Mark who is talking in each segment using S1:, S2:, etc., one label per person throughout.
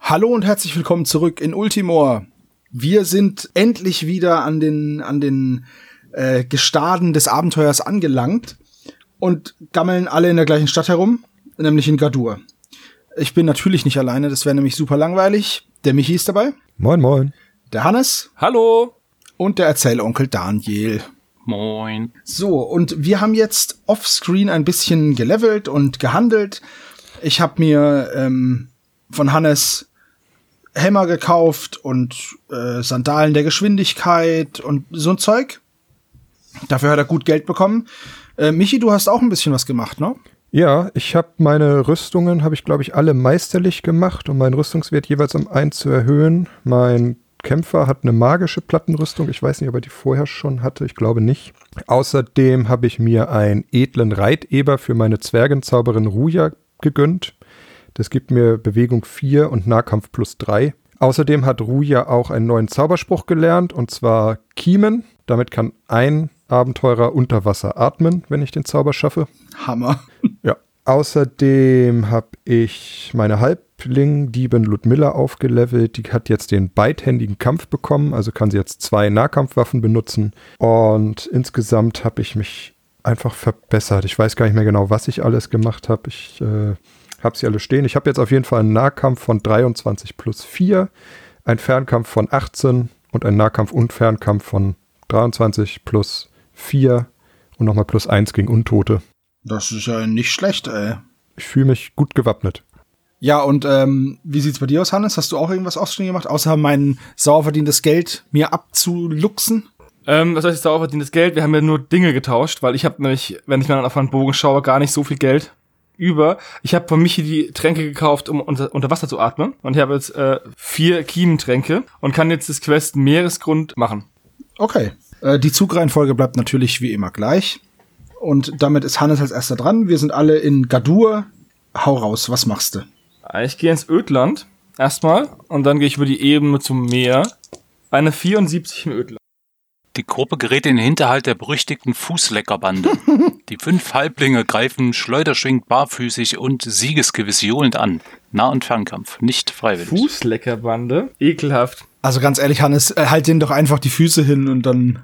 S1: Hallo und herzlich willkommen zurück in Ultimor. Wir sind endlich wieder an den, an den äh, Gestaden des Abenteuers angelangt und gammeln alle in der gleichen Stadt herum, nämlich in Gadur. Ich bin natürlich nicht alleine, das wäre nämlich super langweilig. Der Michi ist dabei,
S2: Moin, moin.
S1: der Hannes
S3: Hallo.
S1: und der Erzählonkel Daniel.
S3: Moin.
S1: So, und wir haben jetzt offscreen ein bisschen gelevelt und gehandelt. Ich habe mir ähm, von Hannes Hämmer gekauft und äh, Sandalen der Geschwindigkeit und so ein Zeug. Dafür hat er gut Geld bekommen. Äh, Michi, du hast auch ein bisschen was gemacht, ne?
S2: Ja, ich habe meine Rüstungen, habe ich glaube ich alle meisterlich gemacht, um meinen Rüstungswert jeweils um 1 zu erhöhen. Mein Kämpfer hat eine magische Plattenrüstung. Ich weiß nicht, ob er die vorher schon hatte. Ich glaube nicht. Außerdem habe ich mir einen edlen Reiteber für meine Zwergenzauberin Ruja gegönnt. Das gibt mir Bewegung 4 und Nahkampf plus 3. Außerdem hat Ruja auch einen neuen Zauberspruch gelernt, und zwar Kiemen. Damit kann ein Abenteurer unter Wasser atmen, wenn ich den Zauber schaffe.
S1: Hammer.
S2: Ja. Außerdem habe ich meine Halbling-Diebin Ludmilla aufgelevelt. Die hat jetzt den beidhändigen Kampf bekommen, also kann sie jetzt zwei Nahkampfwaffen benutzen. Und insgesamt habe ich mich einfach verbessert. Ich weiß gar nicht mehr genau, was ich alles gemacht habe. Ich äh, habe sie alle stehen. Ich habe jetzt auf jeden Fall einen Nahkampf von 23 plus 4, einen Fernkampf von 18 und einen Nahkampf und Fernkampf von 23 plus 4 und nochmal plus 1 gegen Untote.
S1: Das ist ja nicht schlecht, ey.
S2: Ich fühle mich gut gewappnet.
S1: Ja, und ähm, wie sieht's bei dir aus, Hannes? Hast du auch irgendwas offscreen gemacht, außer mein sauer verdientes Geld mir abzuluxen?
S3: Ähm, was heißt jetzt auch verdientes Geld? Wir haben ja nur Dinge getauscht, weil ich habe nämlich, wenn ich mal auf einen Bogen schaue, gar nicht so viel Geld über. Ich habe von Michi die Tränke gekauft, um unter, unter Wasser zu atmen. Und ich habe jetzt äh, vier Kiementränke und kann jetzt das Quest Meeresgrund machen.
S1: Okay. Äh, die Zugreihenfolge bleibt natürlich wie immer gleich. Und damit ist Hannes als erster dran. Wir sind alle in Gadur. Hau raus, was machst du?
S3: Ich gehe ins Ödland erstmal und dann gehe ich über die Ebene zum Meer. Eine 74 im Ödland.
S4: Die Gruppe gerät in den Hinterhalt der berüchtigten Fußleckerbande. Die fünf Halblinge greifen schleuderschwingend barfüßig und siegesgewiss johlend an. Nah- und Fernkampf, nicht freiwillig.
S3: Fußleckerbande. Ekelhaft.
S1: Also ganz ehrlich, Hannes, äh, halt denen doch einfach die Füße hin und dann.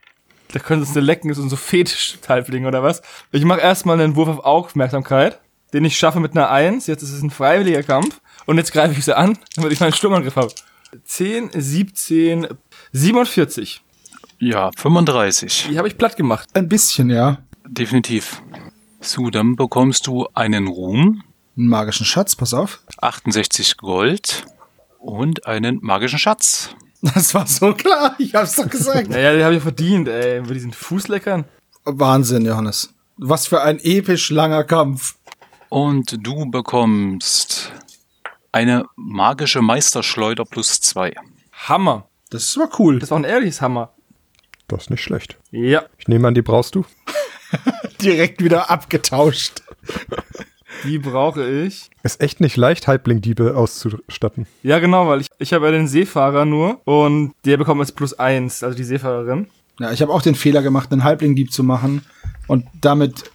S3: Da können sie uns lecken, das ist unser Fetisch-Halbling oder was? Ich mache erstmal einen Wurf auf Aufmerksamkeit, den ich schaffe mit einer 1. Jetzt ist es ein freiwilliger Kampf. Und jetzt greife ich sie an, damit ich meinen Sturmangriff habe. 10, 17, 47.
S4: Ja, 35.
S3: Die habe ich platt gemacht.
S1: Ein bisschen, ja.
S4: Definitiv. So, dann bekommst du einen Ruhm,
S1: Einen magischen Schatz, pass auf.
S4: 68 Gold und einen magischen Schatz.
S1: Das war so klar, ich hab's doch gesagt.
S3: Naja, die habe ich verdient, ey, mit diesen Fußleckern.
S1: Wahnsinn, Johannes. Was für ein episch langer Kampf.
S4: Und du bekommst eine magische Meisterschleuder plus zwei.
S3: Hammer.
S1: Das ist aber cool.
S3: Das war ein ehrliches Hammer.
S2: Das ist nicht schlecht.
S3: Ja,
S2: Ich nehme an, die brauchst du.
S1: Direkt wieder abgetauscht.
S3: die brauche ich.
S2: Ist echt nicht leicht, Halblingdiebe auszustatten.
S3: Ja, genau, weil ich, ich habe ja den Seefahrer nur und der bekommt jetzt plus 1, also die Seefahrerin.
S1: Ja, ich habe auch den Fehler gemacht, einen Halblingdieb zu machen. Und damit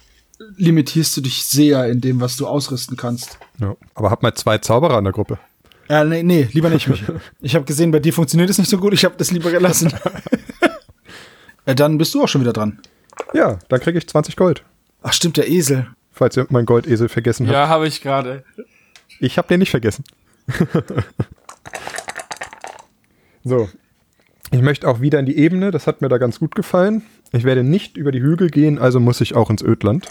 S1: limitierst du dich sehr in dem, was du ausrüsten kannst.
S2: Ja. Aber hab mal zwei Zauberer in der Gruppe.
S1: Ja, nee, nee, lieber nicht mich. Ich habe gesehen, bei dir funktioniert es nicht so gut, ich habe das lieber gelassen. ja, dann bist du auch schon wieder dran.
S2: Ja, dann kriege ich 20 Gold.
S1: Ach stimmt, der Esel.
S2: Falls ihr meinen Goldesel vergessen habt.
S3: Ja, habe ich gerade.
S2: Ich habe den nicht vergessen. so. Ich möchte auch wieder in die Ebene. Das hat mir da ganz gut gefallen. Ich werde nicht über die Hügel gehen, also muss ich auch ins Ödland.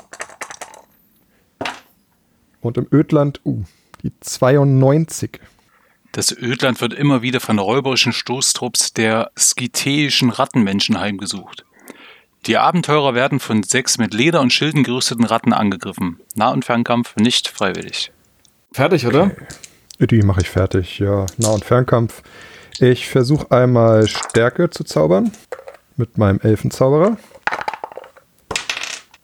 S2: Und im Ödland, uh, die 92.
S4: Das Ödland wird immer wieder von räuberischen Stoßtrupps der skiteischen Rattenmenschen heimgesucht. Die Abenteurer werden von sechs mit Leder und Schilden gerüsteten Ratten angegriffen. Nah- und Fernkampf nicht freiwillig.
S3: Fertig, oder?
S2: Die mache ich fertig, ja. Nah- und Fernkampf. Ich versuche einmal Stärke zu zaubern mit meinem Elfenzauberer.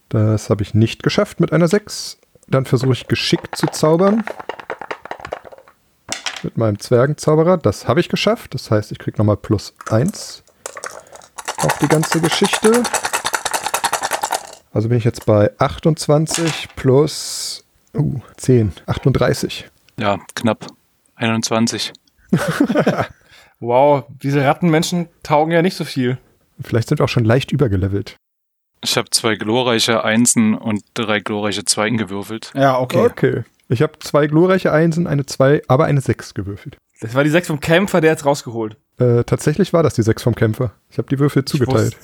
S2: Das habe ich nicht geschafft mit einer 6. Dann versuche ich Geschick zu zaubern mit meinem Zwergenzauberer. Das habe ich geschafft. Das heißt, ich kriege nochmal plus 1 auf die ganze Geschichte. Also bin ich jetzt bei 28 plus uh, 10, 38.
S4: Ja, knapp. 21.
S3: Wow, diese Rattenmenschen taugen ja nicht so viel.
S2: Vielleicht sind wir auch schon leicht übergelevelt.
S4: Ich habe zwei glorreiche Einsen und drei glorreiche Zweien gewürfelt.
S1: Ja, okay.
S2: Okay. Ich habe zwei glorreiche Einsen, eine zwei, aber eine sechs gewürfelt.
S3: Das war die sechs vom Kämpfer, der hat's rausgeholt.
S2: Äh, tatsächlich war das die sechs vom Kämpfer. Ich habe die Würfel zugeteilt.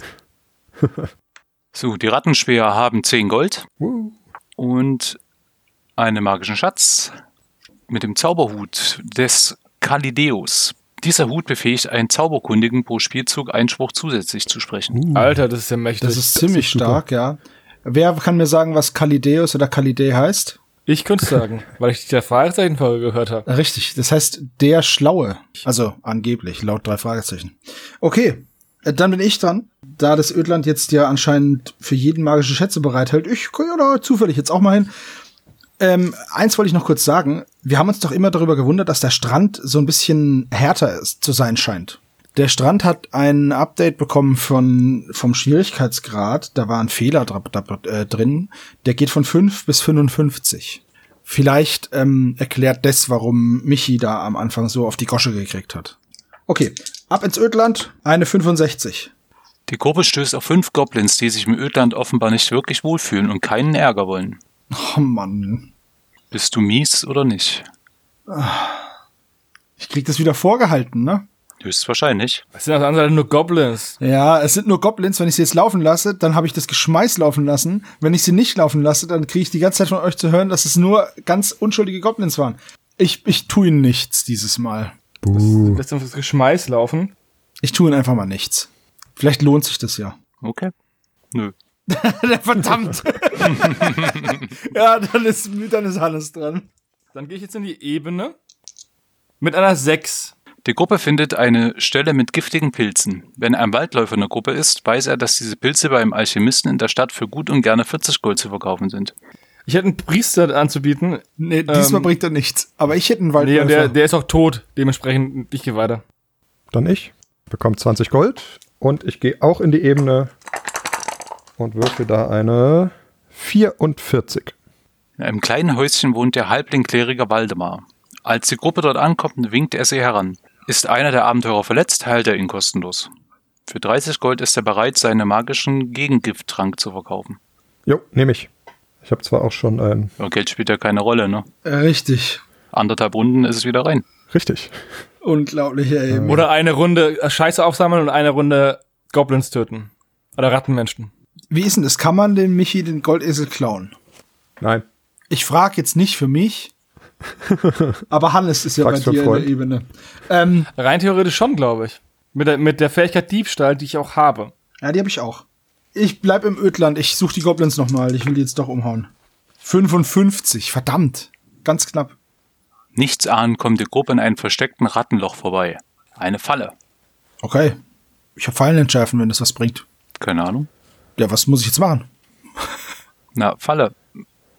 S4: So, die Rattenspeer haben 10 Gold
S2: Wow.
S4: und einen magischen Schatz mit dem Zauberhut des Kalideus. Dieser Hut befähigt einen Zauberkundigen pro Spielzug Einspruch zusätzlich zu sprechen.
S3: Alter, das ist ja mächtig.
S1: Das ist ziemlich
S2: super.
S1: stark, ja. Wer kann mir sagen, was Kalideus oder Kalidei heißt?
S3: ich könnte sagen, weil ich die der Fragezeichenfolge gehört habe.
S1: Ah, Richtig, das heißt der Schlaue. Also angeblich, laut drei Fragezeichen. Okay, äh, dann bin ich dran. Da das Ödland jetzt ja anscheinend für jeden magische Schätze bereithält, ich gehe da zufällig jetzt auch mal hin. Ähm, eins wollte ich noch kurz sagen. Wir haben uns doch immer darüber gewundert, dass der Strand so ein bisschen härter ist, zu sein scheint. Der Strand hat ein Update bekommen von, vom Schwierigkeitsgrad. Da war ein Fehler dra- dra- äh, drin. Der geht von 5 bis 55. Vielleicht ähm, erklärt das, warum Michi da am Anfang so auf die Gosche gekriegt hat. Okay, ab ins Ödland, eine 65.
S4: Die Gruppe stößt auf fünf Goblins, die sich im Ödland offenbar nicht wirklich wohlfühlen und keinen Ärger wollen.
S1: Oh Mann,
S4: Bist du mies oder nicht?
S1: ich krieg das wieder vorgehalten, ne?
S4: Höchstwahrscheinlich.
S3: Das sind auf der anderen Seite nur Goblins.
S1: Ja, es sind nur Goblins. Wenn ich sie jetzt laufen lasse, dann habe ich das Geschmeiß laufen lassen. Wenn ich sie nicht laufen lasse, dann kriege ich die ganze Zeit von euch zu hören, dass es nur ganz unschuldige Goblins waren. Ich, ich tu ihnen nichts dieses Mal. Uh.
S2: Buh.
S3: Lässt uns das Geschmeiß laufen.
S1: Ich tu ihnen einfach mal nichts. Vielleicht lohnt sich das ja.
S4: Okay. Nö.
S1: Verdammt. ja, dann ist, dann ist Hannes dran.
S3: Dann gehe ich jetzt in die Ebene mit einer 6.
S4: Die Gruppe findet eine Stelle mit giftigen Pilzen. Wenn ein Waldläufer in der Gruppe ist, weiß er, dass diese Pilze bei einem Alchemisten in der Stadt für gut und gerne 40 Gold zu verkaufen sind.
S3: Ich hätte einen Priester anzubieten.
S1: Nee, diesmal
S3: Ähm,
S1: bringt er nichts. Aber ich hätte einen
S3: Nee,
S1: Waldläufer.
S3: und der, der ist auch tot. Dementsprechend, ich gehe weiter.
S2: Dann ich. Bekomme 20 Gold und ich gehe auch in die Ebene und würfel da eine 44.
S4: In einem kleinen Häuschen wohnt der Halbling-Kleriker Waldemar. Als die Gruppe dort ankommt, winkt er sie heran. Ist einer der Abenteurer verletzt, heilt er ihn kostenlos. Für 30 Gold ist er bereit, seinen magischen Gegengifttrank zu verkaufen.
S2: Jo, nehme ich. Ich habe zwar auch schon ein.
S4: Ja, Geld spielt ja keine Rolle, ne?
S1: Äh, Richtig.
S4: Anderthalb Runden ist es wieder rein.
S2: Richtig.
S1: Unglaublich, ey.
S3: Oder eine Runde Scheiße aufsammeln und eine Runde Goblins töten. Oder Rattenmenschen.
S1: Wie ist denn das? Kann man dem Michi den Goldesel klauen?
S2: Nein.
S1: Ich frage jetzt nicht für mich, aber Hannes ist ja
S2: Fragst
S1: bei
S2: für
S1: dir
S2: einen
S1: in der Ebene. Ähm,
S3: Rein theoretisch schon, glaube ich. Mit der, mit der Fähigkeit Diebstahl, die ich auch habe.
S1: ja, die habe ich auch. Ich bleib im Ödland. Ich suche die Goblins nochmal. Ich will die jetzt doch umhauen. 55, verdammt. Ganz knapp.
S4: Nichts ahnen kommt die Gruppe in einem versteckten Rattenloch vorbei. Eine Falle.
S1: Okay. Ich habe Fallen entschärfen, wenn das was bringt.
S4: Keine Ahnung.
S1: Ja, was muss ich jetzt machen?
S4: Na, Falle.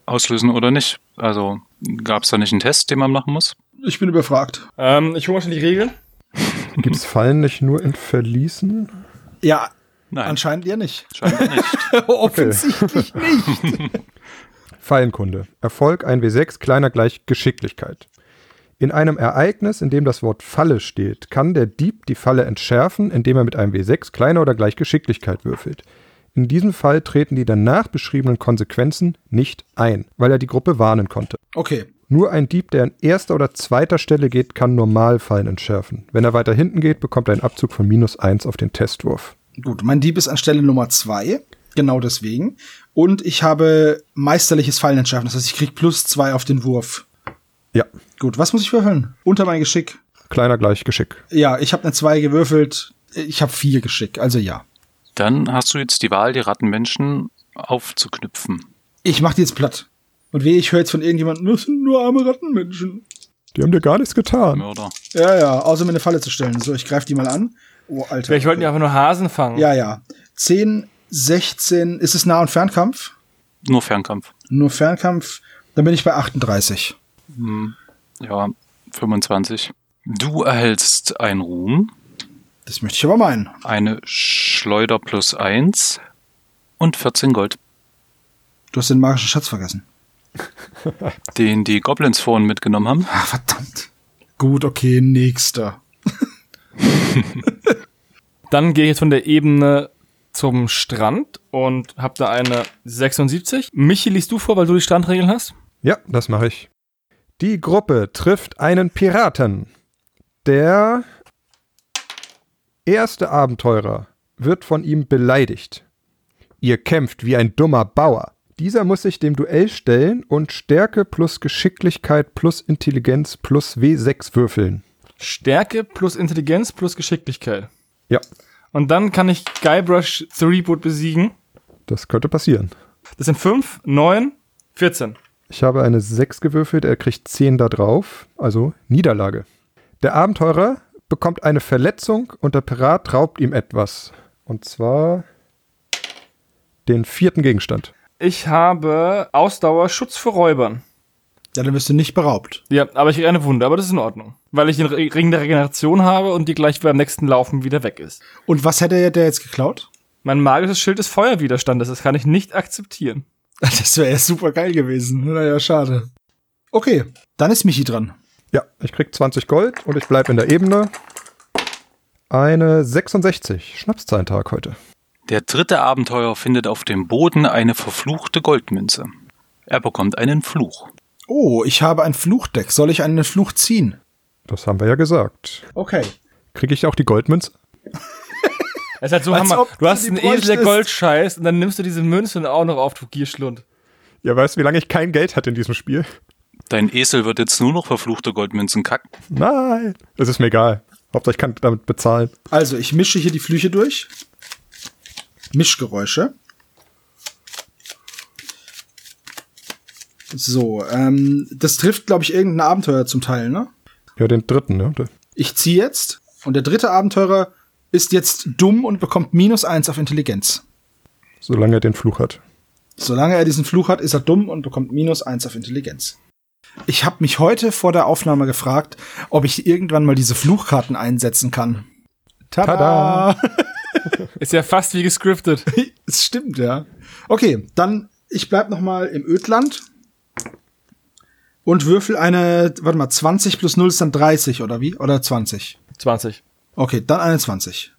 S4: Auslösen oder nicht? Also, gab es da nicht einen Test, den man machen muss?
S1: Ich bin überfragt.
S3: Ähm, ich hole mal schon die Regeln.
S2: Gibt es Fallen nicht nur in Verließen?
S1: Ja,
S4: Nein,
S1: anscheinend eher nicht.
S4: anscheinend nicht.
S1: Offensichtlich nicht.
S2: Fallenkunde. Erfolg 1W6 kleiner gleich Geschicklichkeit. In einem Ereignis, in dem das Wort Falle steht, kann der Dieb die Falle entschärfen, indem er mit einem W6 kleiner oder gleich Geschicklichkeit würfelt. In diesem Fall treten die danach beschriebenen Konsequenzen nicht ein, weil er die Gruppe warnen konnte.
S1: Okay.
S2: Nur ein Dieb, der an erster oder zweiter Stelle geht, kann Normalfallen entschärfen. Wenn er weiter hinten geht, bekommt er einen Abzug von minus 1 auf den Testwurf.
S1: Gut, mein Dieb ist an Stelle Nummer zwei, genau deswegen. Und ich habe meisterliches Fallen entschärfen, das heißt, ich krieg plus zwei auf den Wurf.
S2: Ja,
S1: Gut, was muss ich würfeln? Unter mein Geschick.
S2: kleiner gleich Geschick.
S1: Ja, ich habe eine zwei gewürfelt, ich habe vier Geschick, also ja.
S4: Dann hast du jetzt die Wahl, die Rattenmenschen aufzuknüpfen.
S1: Ich mach die jetzt platt. Und wehe, ich höre jetzt von irgendjemandem, das sind nur arme Rattenmenschen.
S2: Die haben dir gar nichts getan.
S4: Mörder.
S1: Ja, ja, außer mir eine Falle zu stellen. So, ich greife die mal an. Oh, Alter.
S3: Vielleicht wollten die einfach nur Hasen fangen.
S1: ja, ja. 10, 16, ist es Nah- und Fernkampf?
S4: Nur Fernkampf.
S1: Nur Fernkampf, dann bin ich bei 38.
S4: Hm. Ja, 25. Du erhältst einen Ruhm,
S1: Das möchte ich aber meinen.
S4: eine Schleuder plus 1 und 14 Gold,
S1: Du hast den magischen Schatz vergessen.
S4: den die Goblins vorhin mitgenommen haben.
S1: Ah, verdammt. Gut, okay, nächster.
S3: Dann gehe ich jetzt von der Ebene zum Strand und habe da eine 76. Michi, liest du vor, weil du die Strandregeln hast?
S2: Ja, das mache ich. Die Gruppe trifft einen Piraten. Der erste Abenteurer wird von ihm beleidigt. Ihr kämpft wie ein dummer Bauer. Dieser muss sich dem Duell stellen und Stärke plus Geschicklichkeit plus Intelligenz plus W6 würfeln.
S3: Stärke plus Intelligenz plus Geschicklichkeit.
S2: Ja,
S3: Und dann kann ich Guybrush the Reboot besiegen.
S2: das könnte passieren.
S3: Das sind 5, 9, 14.
S2: Ich habe eine 6 gewürfelt, er kriegt 10 da drauf, also Niederlage. Der Abenteurer bekommt eine Verletzung und der Pirat raubt ihm etwas. Und zwar den vierten Gegenstand.
S3: Ich habe Ausdauer Schutz vor Räubern.
S1: Ja, dann wirst du nicht beraubt.
S3: Ja, aber ich kriege eine Wunde, aber das ist in Ordnung. Weil ich den Re- Ring der Regeneration habe und die gleich beim nächsten Laufen wieder weg ist.
S1: Und was hätte der jetzt geklaut?
S3: Mein magisches Schild des Feuerwiderstandes, das kann ich nicht akzeptieren.
S1: Das wäre super geil gewesen. Naja, schade. Okay, dann ist Michi dran.
S2: Ja, ich krieg 20 Gold und ich bleibe in der Ebene. Eine 66. Schnapszahlentag heute.
S4: Der dritte Abenteurer findet auf dem Boden eine verfluchte Goldmünze. Er bekommt einen Fluch.
S1: Oh, ich habe ein Fluchdeck. Soll ich einen Fluch ziehen?
S2: Das haben wir ja gesagt.
S1: Okay.
S2: Kriege ich auch die Goldmünze?
S3: Es ist halt so
S1: Als
S3: Hammer.
S1: ob
S3: Du
S1: du
S3: hast
S1: die
S3: einen edler
S1: bräuchtest.
S3: Goldscheiß und dann nimmst du diese Münze auch noch auf, du Gierschlund.
S2: Ja, weißt du, wie lange ich kein Geld hatte in diesem Spiel?
S4: Dein Esel wird jetzt nur noch verfluchte Goldmünzen kacken.
S2: Nein. Es ist mir egal. Hauptsache, ich kann damit bezahlen.
S1: Also, ich mische hier die Flüche durch. Mischgeräusche. So, ähm, das trifft, glaube ich, irgendein Abenteuer zum Teil, ne?
S2: Ja, den dritten, ne?
S1: Ich ziehe jetzt und der dritte Abenteurer ist jetzt dumm und bekommt minus eins auf Intelligenz.
S2: Solange er den Fluch hat.
S1: Solange er diesen Fluch hat, ist er dumm und bekommt minus eins auf Intelligenz. Ich habe mich heute vor der Aufnahme gefragt, ob ich irgendwann mal diese Fluchkarten einsetzen kann. Tada!
S2: Tada!
S3: Ist ja fast wie gescriptet.
S1: es stimmt, ja. Okay, dann ich bleib noch mal im Ödland und würfel eine, warte mal, 20 plus 0 ist dann 30 oder wie? Oder 20?
S3: 20.
S1: Okay, dann eine 20.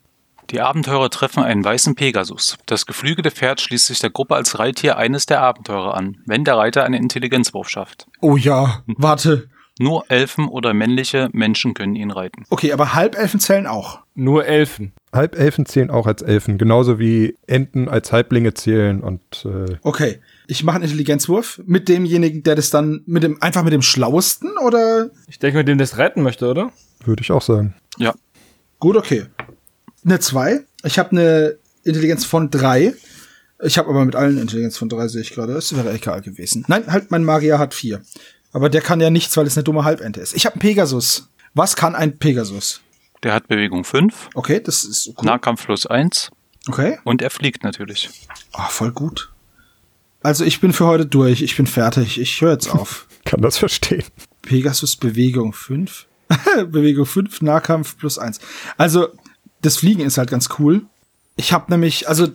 S4: Die Abenteurer treffen einen weißen Pegasus. Das geflügelte Pferd schließt sich der Gruppe als Reittier eines der Abenteurer an, wenn der Reiter einen Intelligenzwurf schafft.
S1: Oh ja, warte.
S4: Nur Elfen oder männliche Menschen können ihn reiten.
S1: Okay, aber Halbelfen zählen auch.
S3: Nur Elfen.
S2: Halbelfen zählen auch als Elfen, genauso wie Enten als Halblinge zählen und äh,
S1: Okay, ich mache einen Intelligenzwurf mit demjenigen, der das dann mit dem einfach mit dem schlauesten oder
S3: Ich denke, mit dem das retten möchte, oder?
S2: würde ich auch sagen.
S4: Ja,
S1: gut, okay. Eine 2. Ich habe eine Intelligenz von 3. Ich habe aber mit allen Intelligenz von 3 sehe ich gerade. Das wäre egal gewesen. Nein, halt mein Magier hat 4. Aber der kann ja nichts, weil es eine dumme Halbente ist. Ich habe einen Pegasus. Was kann ein Pegasus?
S4: der hat Bewegung 5,
S1: Okay, das ist gut.
S4: Nahkampf plus 1
S1: Okay.
S4: und er fliegt natürlich.
S1: Ah, voll gut. Also ich bin für heute durch. Ich bin fertig. Ich höre jetzt auf.
S2: Kann das verstehen.
S1: Pegasus Bewegung 5. Bewegung 5, Nahkampf plus 1. Also, das Fliegen ist halt ganz cool. Ich habe nämlich, also,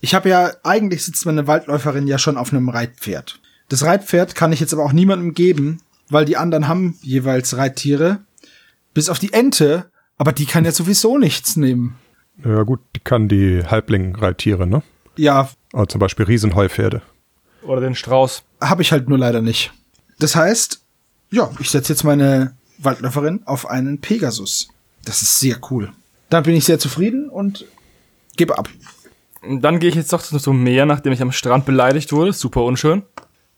S1: ich habe ja, eigentlich sitzt meine Waldläuferin ja schon auf einem Reitpferd. Das Reitpferd kann ich jetzt aber auch niemandem geben, weil die anderen haben jeweils Reittiere. Bis auf die Ente, aber die kann ja sowieso nichts nehmen.
S2: Ja gut, die kann die Halbling-Reittiere, ne?
S1: Ja,
S2: Also zum Beispiel Riesenheupferde.
S3: Oder den Strauß.
S1: habe ich halt nur leider nicht. Das heißt, ja, ich setze jetzt meine Waldläuferin auf einen Pegasus. Das ist sehr cool. Dann bin ich sehr zufrieden und gebe ab.
S3: Und Dann gehe ich jetzt doch zum zum Meer, nachdem ich am Strand beleidigt wurde. Super unschön.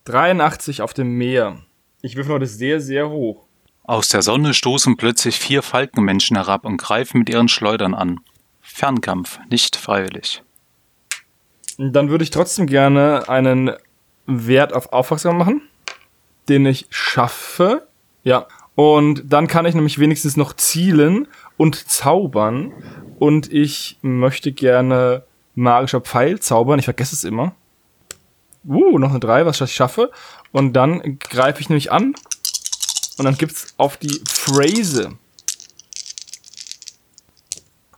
S3: 83 auf dem Meer. Ich würfel heute sehr, sehr hoch.
S4: Aus der Sonne stoßen plötzlich vier Falkenmenschen herab und greifen mit ihren Schleudern an. Fernkampf, nicht freiwillig.
S3: Und Dann würde ich trotzdem gerne einen Wert auf Aufwachsam machen, den ich schaffe. Ja. Und dann kann ich nämlich wenigstens noch zielen und zaubern. Und ich möchte gerne magischer Pfeil zaubern. Ich vergesse es immer. Uh, noch eine 3, was ich schaffe. Und dann greife ich nämlich an. Und dann gibt's auf die Phrase.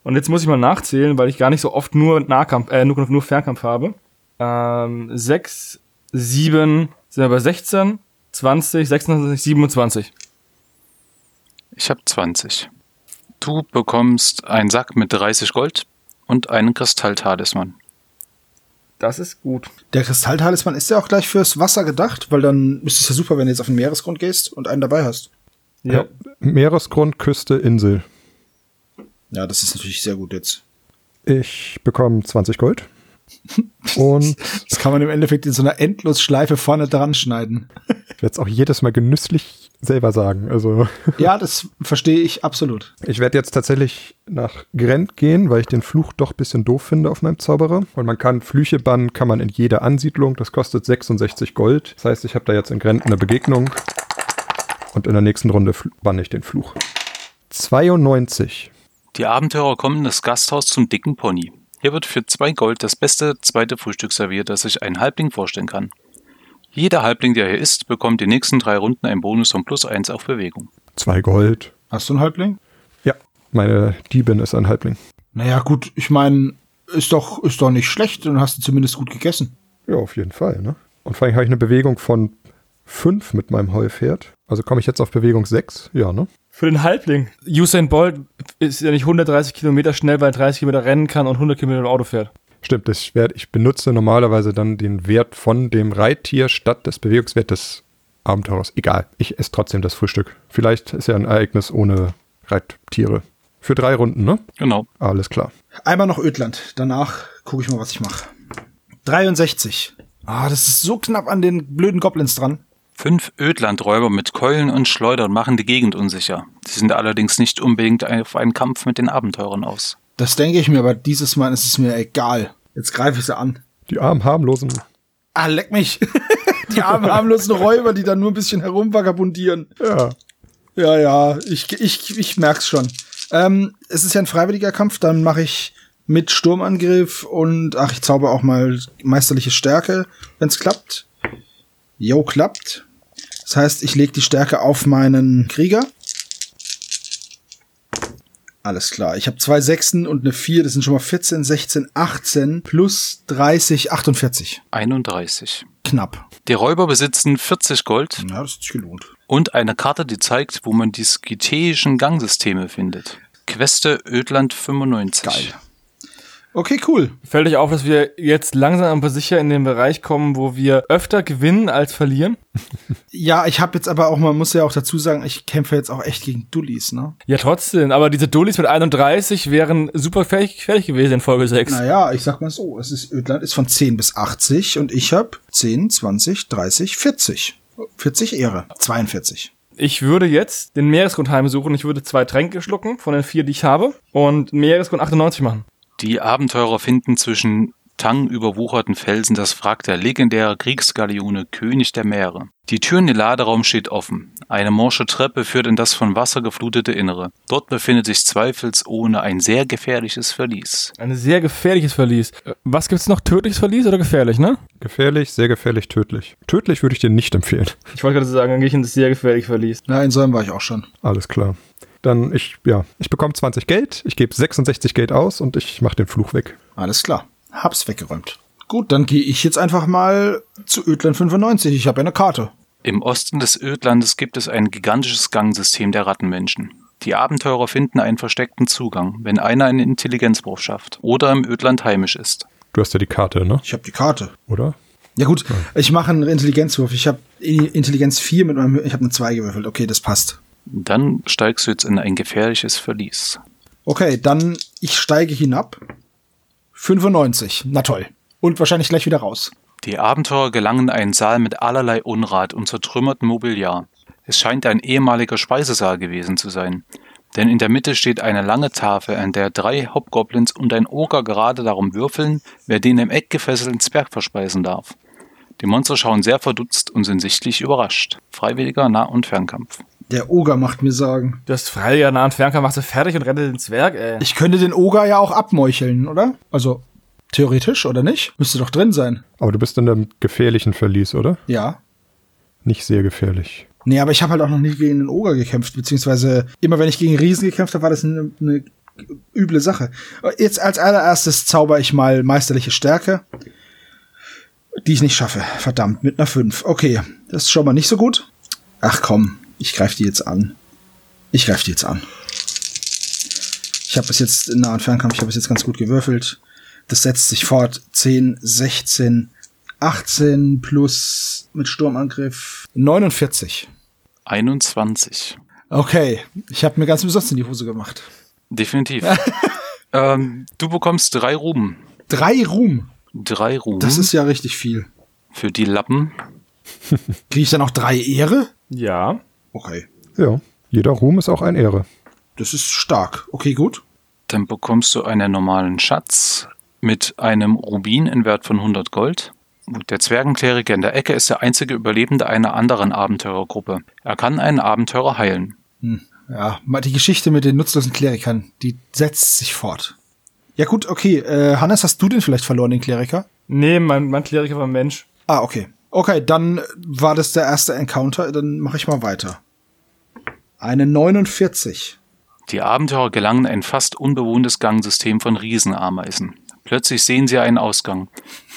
S3: Und jetzt muss ich mal nachzählen, weil ich gar nicht so oft nur Nahkampf, äh, nur, nur Fernkampf habe. Ähm, 6, 7, sind wir bei 16, 20, 26, 27.
S4: Ich habe 20. Du bekommst einen Sack mit 30 Gold und einen Kristalltalisman.
S3: Das ist gut.
S1: Der Kristalltalisman ist ja auch gleich fürs Wasser gedacht, weil dann ist es ja super, wenn du jetzt auf den Meeresgrund gehst und einen dabei hast.
S3: Ja.
S2: Meeresgrund, Küste, Insel.
S1: Ja, das ist natürlich sehr gut jetzt.
S2: Ich bekomme 20 Gold. Und
S1: Das kann man im Endeffekt in so einer Endlosschleife vorne dran schneiden.
S2: ich werde es auch jedes Mal genüsslich selber sagen. Also
S1: Ja, das verstehe ich absolut.
S2: ich werde jetzt tatsächlich nach Grent gehen, weil ich den Fluch doch ein bisschen doof finde auf meinem Zauberer. Und man kann Flüche bannen, kann man in jeder Ansiedlung. Das kostet 66 Gold. Das heißt, ich habe da jetzt in Grent eine Begegnung. Und in der nächsten Runde fl- banne ich den Fluch. 92.
S4: Die Abenteurer kommen in das Gasthaus zum dicken Pony. Hier wird für zwei Gold das beste zweite Frühstück serviert, das sich ein Halbling vorstellen kann. Jeder Halbling, der hier ist, bekommt die nächsten drei Runden einen Bonus von plus eins auf Bewegung.
S2: 2 Gold.
S1: Hast du einen Halbling?
S2: Ja, meine Diebin ist ein Halbling.
S1: Naja, gut, ich meine, ist doch, ist doch nicht schlecht und hast du zumindest gut gegessen.
S2: Ja, auf jeden Fall, ne? Und vor allem habe ich eine Bewegung von 5 mit meinem Heupferd. Also komme ich jetzt auf Bewegung 6? Ja, ne?
S3: Für den Halbling. Usain Bolt ist ja nicht 130 Kilometer schnell, weil er 30 Kilometer rennen kann und 100 Kilometer im Auto fährt.
S2: Stimmt, das Wert, ich benutze normalerweise dann den Wert von dem Reittier statt des Bewegungswert des Abenteurers. Egal, ich esse trotzdem das Frühstück. Vielleicht ist ja ein Ereignis ohne Reittiere. Für drei Runden, ne?
S4: Genau.
S2: Alles klar.
S1: Einmal noch Ödland. Danach gucke ich mal, was ich mache. 63. Ah, das ist so knapp an den blöden Goblins dran.
S4: Fünf Ödlandräuber mit Keulen und Schleudern machen die Gegend unsicher. Sie sind allerdings nicht unbedingt auf einen Kampf mit den Abenteurern aus.
S1: Das denke ich mir, aber dieses Mal ist es mir egal. Jetzt greife ich sie an.
S2: Die armen, harmlosen.
S1: Ah, leck mich. die armen, harmlosen Räuber, die da nur ein bisschen herumvagabundieren.
S2: Ja.
S1: Ja, ja, ich, ich, ich merk's schon. Ähm, es ist ja ein freiwilliger Kampf, dann mache ich mit Sturmangriff und ach, ich zauber auch mal meisterliche Stärke, wenn's klappt. Jo, klappt. Das heißt, ich lege die Stärke auf meinen Krieger. Alles klar. Ich habe zwei Sechsen und eine Vier. Das sind schon mal 14, 16, 18 plus 30, 48.
S4: 31.
S1: Knapp.
S4: Die Räuber besitzen 40 Gold
S1: Ja, das hat sich gelohnt.
S4: und eine Karte, die zeigt, wo man die skitäischen Gangsysteme findet. Queste Ödland 95.
S1: Geil. Okay, cool.
S3: Fällt euch auf, dass wir jetzt langsam aber sicher in den Bereich kommen, wo wir öfter gewinnen als verlieren?
S1: Ja, ich habe jetzt aber auch, man muss ja auch dazu sagen, ich kämpfe jetzt auch echt gegen Dullis, ne?
S3: Ja, trotzdem. Aber diese Dullis mit 31 wären super fertig, fertig gewesen in Folge 6.
S1: Naja, ich sag mal so, es ist Ödland ist von 10 bis 80 und ich hab 10, 20, 30, 40. 40 Ehre. 42.
S3: Ich würde jetzt den Meeresgrund heimsuchen. Ich würde zwei Tränke schlucken von den vier, die ich habe. Und Meeresgrund 98 machen.
S4: Die Abenteurer finden zwischen tangüberwucherten Felsen das Wrack der legendären Kriegsgaleone König der Meere. Die Tür in den Laderaum steht offen. Eine morsche Treppe führt in das von Wasser geflutete Innere. Dort befindet sich zweifelsohne ein sehr gefährliches Verlies.
S3: Ein sehr gefährliches Verlies. Äh, Was gibt's noch? Tödliches Verlies oder gefährlich, ne?
S2: Gefährlich, sehr gefährlich, tödlich. Tödlich würde ich dir nicht empfehlen.
S3: Ich wollte gerade sagen, dann gehe ich in das sehr gefährliche Verlies.
S1: Na, in Säumen war ich auch schon.
S2: Alles klar. Dann ich, ja, ich bekomme 20 Geld, ich gebe 66 Geld aus und ich mache den Fluch weg.
S1: Alles klar. Hab's weggeräumt. Gut, dann gehe ich jetzt einfach mal zu Ödland 95. Ich habe ja eine Karte.
S4: Im Osten des Ödlandes gibt es ein gigantisches Gangsystem der Rattenmenschen. Die Abenteurer finden einen versteckten Zugang, wenn einer einen Intelligenzbruch schafft oder im Ödland heimisch ist.
S2: Du hast ja die Karte, ne?
S1: Ich habe die Karte.
S2: Oder?
S1: Ja gut, ich mache einen Intelligenzwurf. Ich habe Intelligenz 4 mit meinem ich habe eine 2 gewürfelt. Okay, das passt.
S4: Dann steigst du jetzt in ein gefährliches Verlies.
S1: Okay, dann ich steige hinab. 95. Na toll. Und wahrscheinlich gleich wieder raus.
S4: Die Abenteurer gelangen in einen Saal mit allerlei Unrat und zertrümmertem Mobiliar. Es scheint ein ehemaliger Speisesaal gewesen zu sein. Denn in der Mitte steht eine lange Tafel, an der drei Hobgoblins und ein Oger gerade darum würfeln, wer den im Eck gefesselten Zwerg verspeisen darf. Die Monster schauen sehr verdutzt und sind sichtlich überrascht. Freiwilliger Nah- und Fernkampf.
S1: Der Oger macht mir sagen.
S3: Das Freier nah und Fernkampf machst du fertig und rettet den Zwerg, ey.
S1: Ich könnte den Oger ja auch abmeucheln, oder? Also theoretisch, oder nicht? Müsste doch drin sein.
S2: Aber du bist in einem gefährlichen Verlies, oder?
S1: Ja.
S2: Nicht sehr gefährlich.
S1: Nee, aber ich habe halt auch noch nie gegen den Oger gekämpft, beziehungsweise immer wenn ich gegen Riesen gekämpft habe, war das eine, eine üble Sache. Jetzt als allererstes zauber ich mal meisterliche Stärke, die ich nicht schaffe. Verdammt, mit einer 5. Okay, das ist schon mal nicht so gut. Ach komm, ich greife die jetzt an. Ich greife die jetzt an. Ich habe bis jetzt in nahen Fernkampf, ich habe bis jetzt ganz gut gewürfelt. Das setzt sich fort. 10, 16, 18 plus mit Sturmangriff 49.
S4: 21.
S1: Okay, ich habe mir ganz besonders in die Hose gemacht.
S4: Definitiv. ähm, du bekommst drei Ruben.
S1: Drei Ruhm,
S4: Drei Ruben
S1: das ist ja richtig viel.
S4: für die Lappen.
S1: Kriege ich dann auch drei Ehre?
S3: Ja.
S1: Okay,
S2: Ja. Jeder Ruhm ist auch eine Ehre.
S1: das ist stark. Okay, gut.
S4: Dann bekommst du einen normalen Schatz mit einem Rubin in Wert von 100 Gold. Und Der Zwergenkleriker in der Ecke ist der einzige Überlebende einer anderen Abenteurergruppe. Er kann einen Abenteurer heilen.
S1: Ja, mal die Geschichte mit den nutzlosen Klerikern, die setzt sich fort. Ja gut, okay. Äh, Hannes, hast du den vielleicht verloren, den Kleriker?
S3: Nee, mein, mein Kleriker war ein Mensch.
S1: Ah, okay. Okay, dann war das der erste Encounter. Dann mache ich mal weiter. Eine 49.
S4: Die Abenteurer gelangen in ein fast unbewohntes Gangsystem von Riesenameisen. Plötzlich sehen sie einen Ausgang,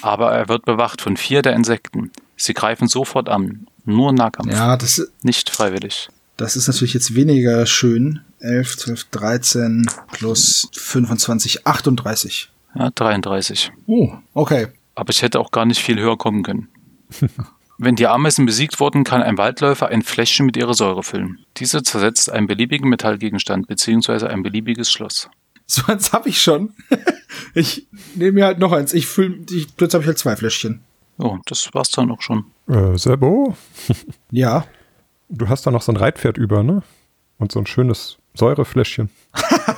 S4: aber er wird bewacht von vier der Insekten. Sie greifen sofort an. Nur Nahkampf,
S1: Ja, das,
S4: nicht freiwillig.
S1: das ist natürlich jetzt weniger schön. 11, 12, 13 plus 25, 38.
S4: Ja, 33.
S1: Oh, okay.
S4: aber ich hätte auch gar nicht viel höher kommen können. Wenn die Ameisen besiegt wurden, kann ein Waldläufer ein Fläschchen mit ihrer Säure füllen. Diese zersetzt einen beliebigen Metallgegenstand bzw. ein beliebiges Schloss.
S1: So eins habe ich schon. ich nehme mir halt noch eins. Ich fühle, ich, plötzlich habe ich halt zwei Fläschchen.
S4: Oh, das war's dann auch schon.
S2: Äh, Sebo,
S1: Ja.
S2: du hast da noch so ein Reitpferd über, ne? Und so ein schönes Säurefläschchen.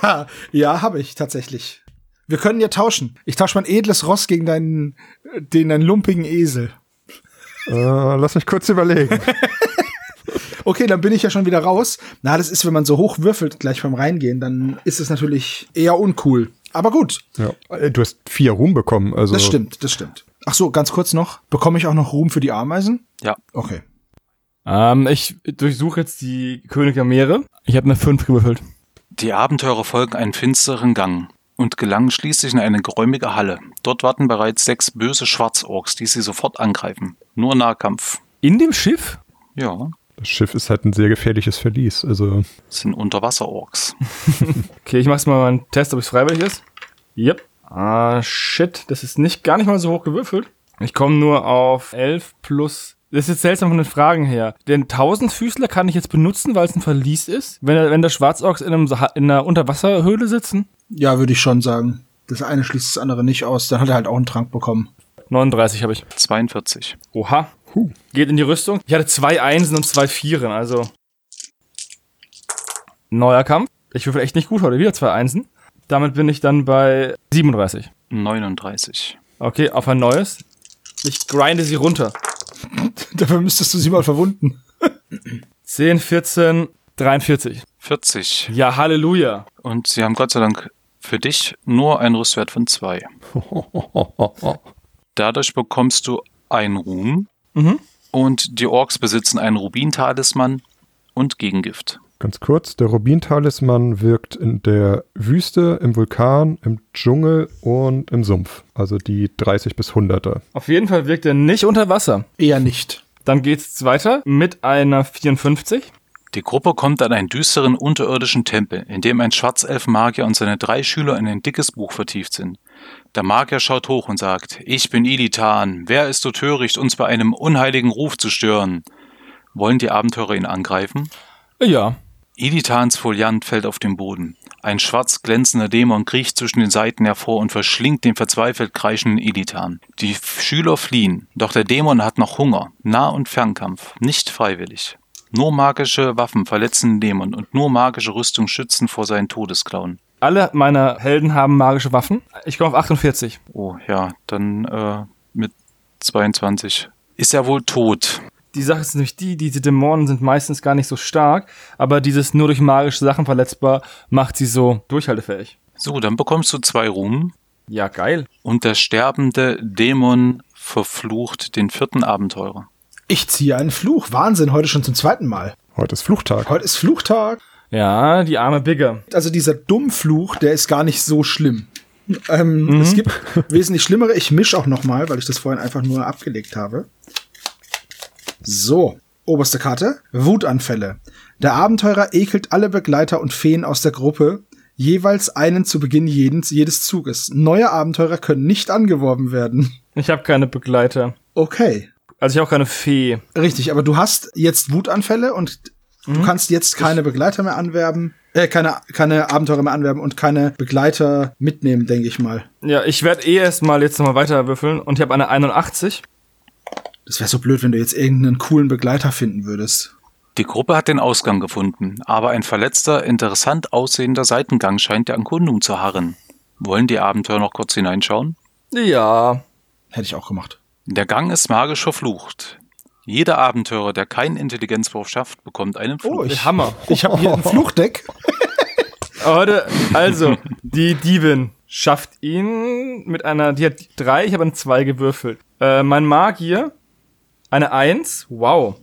S1: Ah, Ja, habe ich tatsächlich. Wir können ja tauschen. Ich tausche mein edles Ross gegen deinen, den deinen lumpigen Esel.
S2: Äh, lass mich kurz überlegen.
S1: Okay, dann bin ich ja schon wieder raus. Na, das ist, wenn man so hoch würfelt gleich beim Reingehen, dann ist es natürlich eher uncool. Aber gut,
S2: ja. Äh, Du hast vier Ruhm bekommen, also.
S1: das stimmt, das stimmt. Ach so, ganz kurz noch. Bekomme ich auch noch Ruhm für die Ameisen?
S4: Ja.
S1: Okay.
S3: Ähm, ich durchsuche jetzt die König der Meere. Ich habe eine 5 gewürfelt.
S4: Die Abenteurer folgen einen finsteren Gang und gelangen schließlich in eine geräumige Halle. Dort warten bereits sechs böse Schwarzorks, die sie sofort angreifen. Nur Nahkampf.
S3: In dem Schiff?
S4: Ja,
S2: Das Schiff ist halt ein sehr gefährliches Verlies, also.
S4: das sind Unterwasserorks.
S3: Okay, ich mach's mal einen Test, ob es freiwillig ist. Yep. Ah, shit. Das ist nicht gar nicht mal so hoch gewürfelt. Ich komme nur auf 11 plus. Das ist jetzt seltsam von den Fragen her. Den Tausendfüßler kann ich jetzt benutzen, weil es ein Verlies ist? Wenn, der- wenn der Schwarzorks in, einem, Sa- in einer Unterwasserhöhle sitzen?
S1: Ja, würde ich schon sagen. Das eine schließt das andere nicht aus. Dann hat er halt auch einen Trank bekommen.
S3: 39 habe ich.
S4: 42.
S3: Oha.
S2: Huh.
S3: Geht in die Rüstung. Ich hatte zwei Einsen und zwei Vieren, also. Neuer Kampf. Ich würfel echt nicht gut heute. Wieder zwei Einsen. Damit bin ich dann bei 37.
S4: 39.
S3: Okay, auf ein neues. Ich grinde sie runter.
S1: Dafür müsstest du sie mal verwunden.
S3: 10, 14, 43.
S4: 40.
S3: Ja, Halleluja.
S4: Und sie haben Gott sei Dank für dich nur einen Rüstwert von zwei. Dadurch bekommst du einen Ruhm
S3: Mhm.
S4: und die Orks besitzen einen Rubintalisman und Gegengift.
S2: Ganz kurz, der Rubintalisman wirkt in der Wüste, im Vulkan, im Dschungel und im Sumpf. Also die 30 bis 100er.
S3: Auf jeden Fall wirkt er nicht unter Wasser.
S1: Eher nicht.
S3: Dann geht's weiter mit einer 54.
S4: Die Gruppe kommt an einen düsteren unterirdischen Tempel, in dem ein Schwarzelfenmagier und seine drei Schüler in ein dickes Buch vertieft sind. Der Magier schaut hoch und sagt, ich bin Ilitan, wer ist so töricht, uns bei einem unheiligen Ruf zu stören? Wollen die Abenteurer ihn angreifen?
S3: Ja.
S4: Ilitans Foliant fällt auf den Boden. Ein schwarz glänzender Dämon kriecht zwischen den Seiten hervor und verschlingt den verzweifelt kreischenden Ilitan. Die F- Schüler fliehen, doch der Dämon hat noch Hunger. Nah- und Fernkampf, nicht freiwillig. Nur magische Waffen verletzen den Dämon und nur magische Rüstung schützen vor seinen Todesklauen.
S3: Alle meiner Helden haben magische Waffen. Ich komme auf 48.
S4: Oh ja, dann äh, mit 22. Ist er wohl tot?
S3: Die Sache ist nämlich die, diese Dämonen sind meistens gar nicht so stark, aber dieses nur durch magische Sachen verletzbar macht sie so durchhaltefähig.
S4: So, dann bekommst du zwei Ruhm.
S3: Ja, geil.
S4: Und der sterbende Dämon verflucht den vierten Abenteurer.
S1: Ich ziehe einen Fluch. Wahnsinn, heute schon zum zweiten Mal.
S2: Heute ist Fluchtag.
S1: Heute ist Fluchtag.
S3: Ja, die arme Bigger.
S1: also dieser Dummfluch, der ist gar nicht so schlimm. Ähm, Es gibt wesentlich schlimmere. Ich mische auch noch mal, weil ich das vorhin einfach nur abgelegt habe. So, Oberste Karte. Wutanfälle. Der Abenteurer ekelt alle Begleiter und Feen aus der Gruppe, jeweils einen zu Beginn jeden, jedes Zuges. Neue Abenteurer können nicht angeworben werden.
S3: Ich habe keine Begleiter.
S1: Okay.
S3: Also ich habe auch keine Fee.
S1: Richtig, aber du hast jetzt Wutanfälle und du kannst jetzt keine Begleiter mehr anwerben, äh, keine, keine Abenteurer mehr anwerben und keine Begleiter mitnehmen, denke ich mal.
S3: Ja, ich werde eh erstmal jetzt nochmal weiter würfeln und ich habe eine 81.
S1: Das wäre so blöd, wenn du jetzt irgendeinen coolen Begleiter finden würdest.
S4: Die Gruppe hat den Ausgang gefunden, aber ein verletzter, interessant aussehender Seitengang scheint der Ankundung zu harren. Wollen die Abenteurer noch kurz hineinschauen?
S3: Ja.
S1: Hätte ich auch gemacht.
S4: Der Gang ist magisch verflucht. Jeder Abenteurer, der keinen Intelligenzwurf schafft, bekommt einen Fluch.
S1: ich-
S3: Hammer.
S1: Ich habe hier ein Fluchdeck.
S3: Heute, also, die Diebin schafft ihn mit einer, die hat drei, ich habe eine zwei gewürfelt. Äh, mein Magier, eine eins, wow.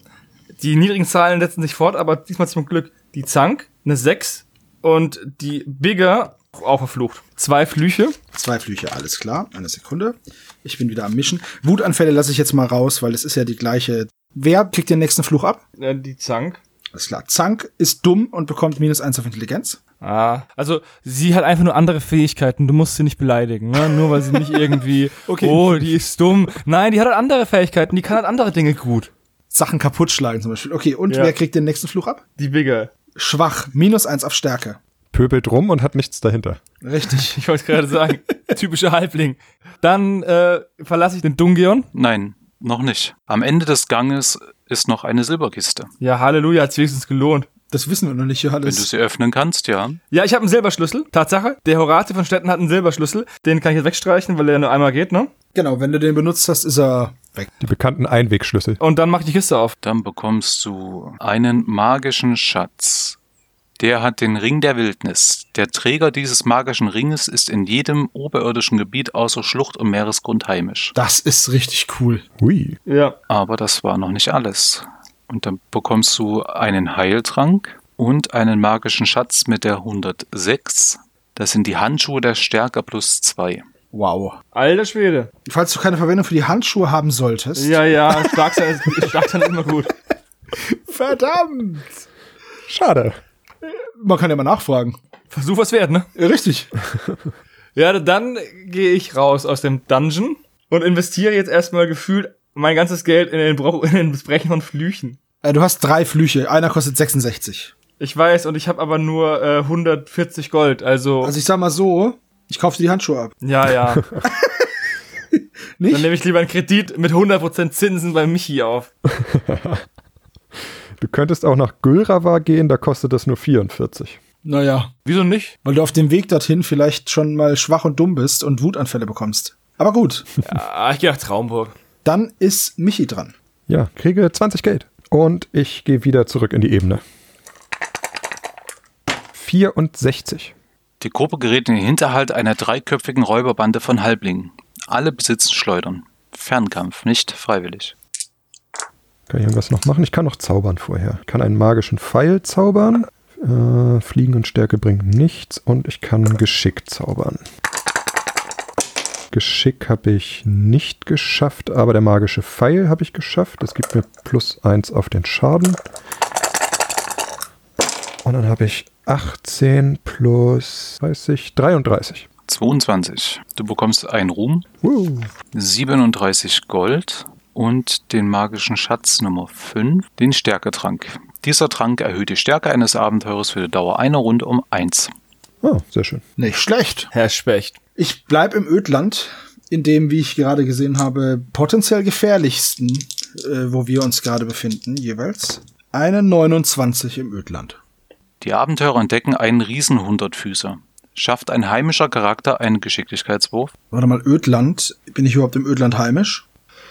S3: Die niedrigen Zahlen setzen sich fort, aber diesmal zum Glück die Zank, eine sechs und die Bigger, auch verflucht. Zwei Flüche.
S1: Zwei Flüche, alles klar. Eine Sekunde. Ich bin wieder am Mischen. Wutanfälle lasse ich jetzt mal raus, weil es ist ja die gleiche. Wer kriegt den nächsten Fluch ab?
S3: Äh, die Zank.
S1: Alles klar. Zank ist dumm und bekommt minus eins auf Intelligenz.
S3: Ah, also sie hat einfach nur andere Fähigkeiten. Du musst sie nicht beleidigen, ne? nur weil sie nicht irgendwie, oh, die ist dumm. Nein, die hat halt andere Fähigkeiten, die kann halt andere Dinge gut.
S1: Sachen kaputt schlagen zum Beispiel. Okay, und
S3: Ja.
S1: wer kriegt den nächsten Fluch ab?
S3: Die Bigger.
S1: Schwach. Minus eins auf Stärke.
S2: Pöbelt rum und hat nichts dahinter.
S1: Richtig.
S3: Ich wollte es gerade sagen. Typischer Halbling. Dann äh, verlasse ich den Dungeon.
S4: Nein, noch nicht. Am Ende des Ganges ist noch eine Silberkiste.
S3: Ja, Halleluja, hat wenigstens gelohnt.
S1: Das wissen wir noch nicht,
S4: Wenn du
S1: Johannes.
S4: sie öffnen kannst, ja.
S3: Ja, ich habe einen Silberschlüssel. Tatsache. Der Horatio von Stetten hat einen Silberschlüssel. Den kann ich jetzt wegstreichen, weil er nur einmal geht, ne?
S1: Genau, wenn du den benutzt hast, ist er weg.
S2: Die bekannten Einwegschlüssel.
S3: Und dann mache ich die Kiste auf.
S4: Dann bekommst du einen magischen Schatz. Der hat den Ring der Wildnis. Der Träger dieses magischen Ringes ist in jedem oberirdischen Gebiet außer Schlucht und Meeresgrund heimisch.
S1: Das ist richtig cool.
S2: Hui.
S3: Ja.
S4: Aber das war noch nicht alles. Und dann bekommst du einen Heiltrank und einen magischen Schatz mit der 106. Das sind die Handschuhe der Stärke plus 2.
S1: Wow.
S3: Alter Schwede.
S1: Falls du keine Verwendung für die Handschuhe haben solltest.
S3: Ja, ja, stark sein ist, stark sein ist immer gut.
S1: Verdammt.
S2: Schade.
S1: Man kann ja mal nachfragen.
S3: Versuch was wert, ne?
S1: Richtig.
S3: Ja, dann gehe ich raus aus dem Dungeon und investiere jetzt erstmal gefühlt mein ganzes Geld in den, Bro in den Besprechen von Flüchen.
S1: Äh, du hast drei Flüche. Einer kostet 66.
S3: Ich weiß, und ich habe aber nur äh, 140 Gold, also,
S1: Also ich sag mal so, ich kauf dir die Handschuhe ab.
S3: ja, ja. Dann
S1: Nicht?
S3: nehme ich lieber einen Kredit mit 100% Zinsen bei Michi auf.
S2: Du könntest auch nach Gülrawa gehen, da kostet das nur 44.
S1: Naja.
S3: Wieso nicht?
S1: Weil du auf dem Weg dorthin vielleicht schon mal schwach und dumm bist und Wutanfälle bekommst. Aber gut,
S3: Ah, ich gehe nach Traumburg.
S1: dann ist Michi dran.
S2: Ja, kriege 20 Geld. Und ich gehe wieder zurück in die Ebene. 64.
S4: Die Gruppe gerät in den Hinterhalt einer dreiköpfigen Räuberbande von Halblingen. Alle besitzen Schleudern. Fernkampf, nicht freiwillig.
S2: Kann ich irgendwas noch machen? Ich kann noch zaubern vorher. Ich kann einen magischen Pfeil zaubern. Äh, Fliegen und Stärke bringt nichts. Und ich kann Geschick zaubern. Geschick habe ich nicht geschafft, aber der magische Pfeil habe ich geschafft. Das gibt mir plus 1 auf den Schaden. Und dann habe ich 18 plus 30, 33.
S4: 22. Du bekommst einen Ruhm,
S2: Woo.
S4: 37 Gold und den magischen Schatz Nummer 5, den Stärketrank. Dieser Trank erhöht die Stärke eines Abenteurers für die Dauer einer Runde um 1.
S2: Ah, sehr schön.
S1: Nicht schlecht.
S3: Herr Specht.
S1: Ich bleib im Ödland, in dem, wie ich gerade gesehen habe, potenziell gefährlichsten, äh, wo wir uns gerade befinden, jeweils. Eine 29 im Ödland.
S4: Die Abenteurer entdecken einen riesen Hundertfüßer. Schafft ein heimischer Charakter einen Geschicklichkeitswurf?
S1: Warte mal, Ödland. Bin ich überhaupt im Ödland heimisch?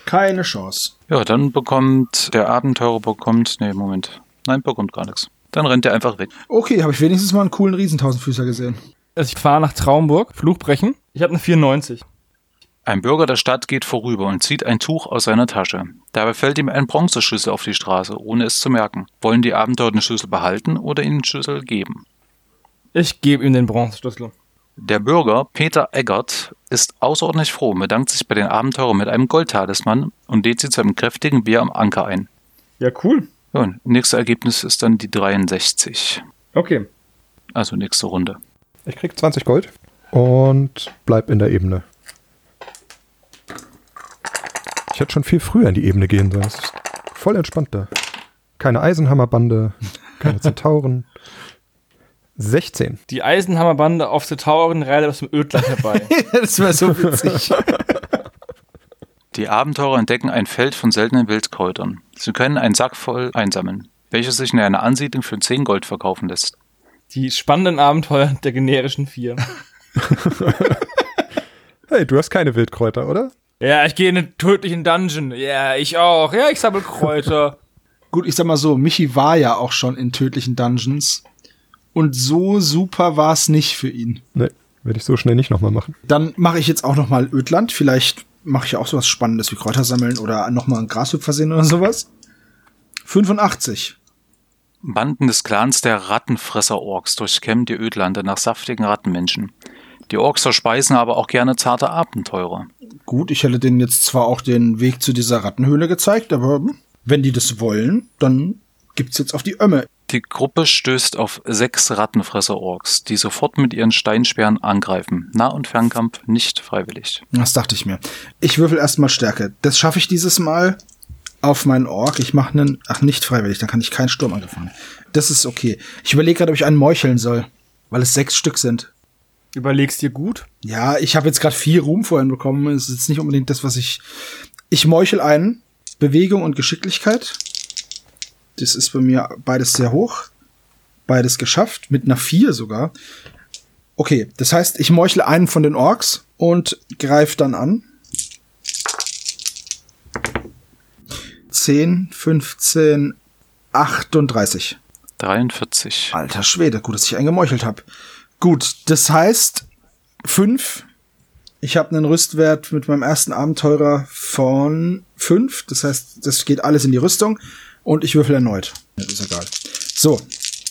S1: Keine Chance.
S4: Ja, dann bekommt der Abenteurer bekommt. Nee, Moment. Nein, bekommt gar nichts. Dann rennt er einfach weg.
S1: Okay, habe ich wenigstens mal einen coolen Riesentausendfüßer gesehen.
S3: Also ich fahre nach Traumburg, Flugbrechen. Ich habe eine 94.
S4: Ein Bürger der Stadt geht vorüber und zieht ein Tuch aus seiner Tasche. Dabei fällt ihm ein Bronzeschlüssel auf die Straße, ohne es zu merken. Wollen die Abenteurer den Schlüssel behalten oder ihnen den Schlüssel geben?
S3: Ich gebe ihm den Bronzeschlüssel.
S4: Der Bürger Peter Eggert ist außerordentlich froh, bedankt sich bei den Abenteurern mit einem Goldtalisman und lädt sie zu einem kräftigen Bier am Anker ein.
S3: Ja, cool.
S4: Ja, und nächste Ergebnis ist dann die 63.
S3: Okay.
S4: Also nächste Runde.
S2: Ich krieg 20 Gold und bleib in der Ebene. Ich hätte schon viel früher in die Ebene gehen sollen. Es ist voll entspannt da. Keine Eisenhammerbande, keine Zentauren. 16.
S3: Die Eisenhammerbande auf der Tauren reitet aus dem Ödland herbei.
S1: das wäre so witzig.
S4: Die Abenteurer entdecken ein Feld von seltenen Wildkräutern. Sie können einen Sack voll einsammeln, welches sich in einer Ansiedlung für 10 Gold verkaufen lässt.
S3: Die spannenden Abenteuer der generischen Vier.
S2: Hey, du hast keine Wildkräuter, oder?
S3: Ja, ich gehe in den tödlichen Dungeon. Ja, ich auch. Ja, ich sammle Kräuter.
S1: Gut, ich sag mal so, Michi war ja auch schon in tödlichen Dungeons. Und so super war es nicht für ihn.
S2: Nee, werde ich so schnell nicht nochmal machen.
S1: Dann mache ich jetzt auch noch mal Ödland. Vielleicht mache ich ja auch sowas Spannendes wie Kräuter sammeln oder noch mal einen Grashüpfer sehen oder sowas. 85.
S4: Banden des Clans der Rattenfresser-Orks durchkämmen die Ödlande nach saftigen Rattenmenschen. Die Orks verspeisen aber auch gerne zarte Abenteurer.
S1: Gut, ich hätte denen jetzt zwar auch den Weg zu dieser Rattenhöhle gezeigt, aber hm, wenn die das wollen, dann gibt's jetzt auf die Ömme.
S4: Die Gruppe stößt auf sechs Rattenfresser-Orks, die sofort mit ihren Steinsperren angreifen. Nah- und Fernkampf nicht freiwillig.
S1: Das dachte ich mir. Ich würfel erstmal Stärke. Das schaffe ich dieses Mal auf meinen Ork. Ich mache einen. Ach, nicht freiwillig, dann kann ich keinen Sturm angefangen. Das ist okay. Ich überlege gerade, ob ich einen meucheln soll, weil es sechs Stück sind.
S3: Überlegst dir gut.
S1: Ja, ich habe jetzt gerade viel Ruhm vorhin bekommen. Es ist jetzt nicht unbedingt das, was ich. Ich meuchel einen. Bewegung und Geschicklichkeit. Das ist bei mir beides sehr hoch. Beides geschafft. Mit einer 4 sogar. Okay, das heißt, ich meuchle einen von den Orks und greife dann an. 10, 15, 38.
S4: 43.
S1: Alter Schwede, gut, dass ich einen gemeuchelt habe. Gut, das heißt fünf. Ich habe einen Rüstwert mit meinem ersten Abenteurer von fünf. Das heißt, das geht alles in die Rüstung. Und ich würfel erneut. Ja, Ist egal. So,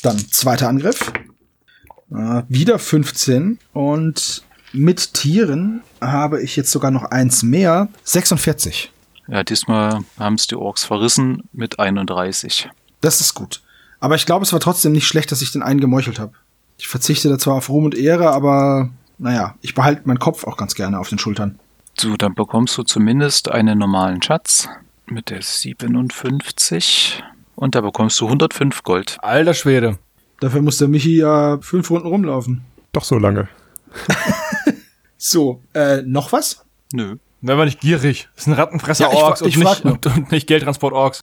S1: dann zweiter Angriff. Äh, wieder 15. Und mit Tieren habe ich jetzt sogar noch eins mehr. 46.
S4: Ja, diesmal haben es die Orks verrissen mit 31.
S1: Das ist gut. Aber ich glaube, es war trotzdem nicht schlecht, dass ich den einen gemeuchelt habe. Ich verzichte da zwar auf Ruhm und Ehre, aber naja, ich behalte meinen Kopf auch ganz gerne auf den Schultern.
S4: So, dann bekommst du zumindest einen normalen Schatz mit der 57 und da bekommst du 105 Gold.
S3: Alter Schwede.
S1: Dafür muss der Michi ja fünf Runden rumlaufen.
S2: Doch so lange.
S1: So, äh, noch was?
S4: Nö.
S3: Wenn man nicht gierig. Das sind
S1: Ja, ich fra-
S3: Rattenfresser-Orks
S1: ich
S3: und,
S1: frag
S3: nicht,
S1: nur.
S3: und, und nicht Geldtransport-Orks.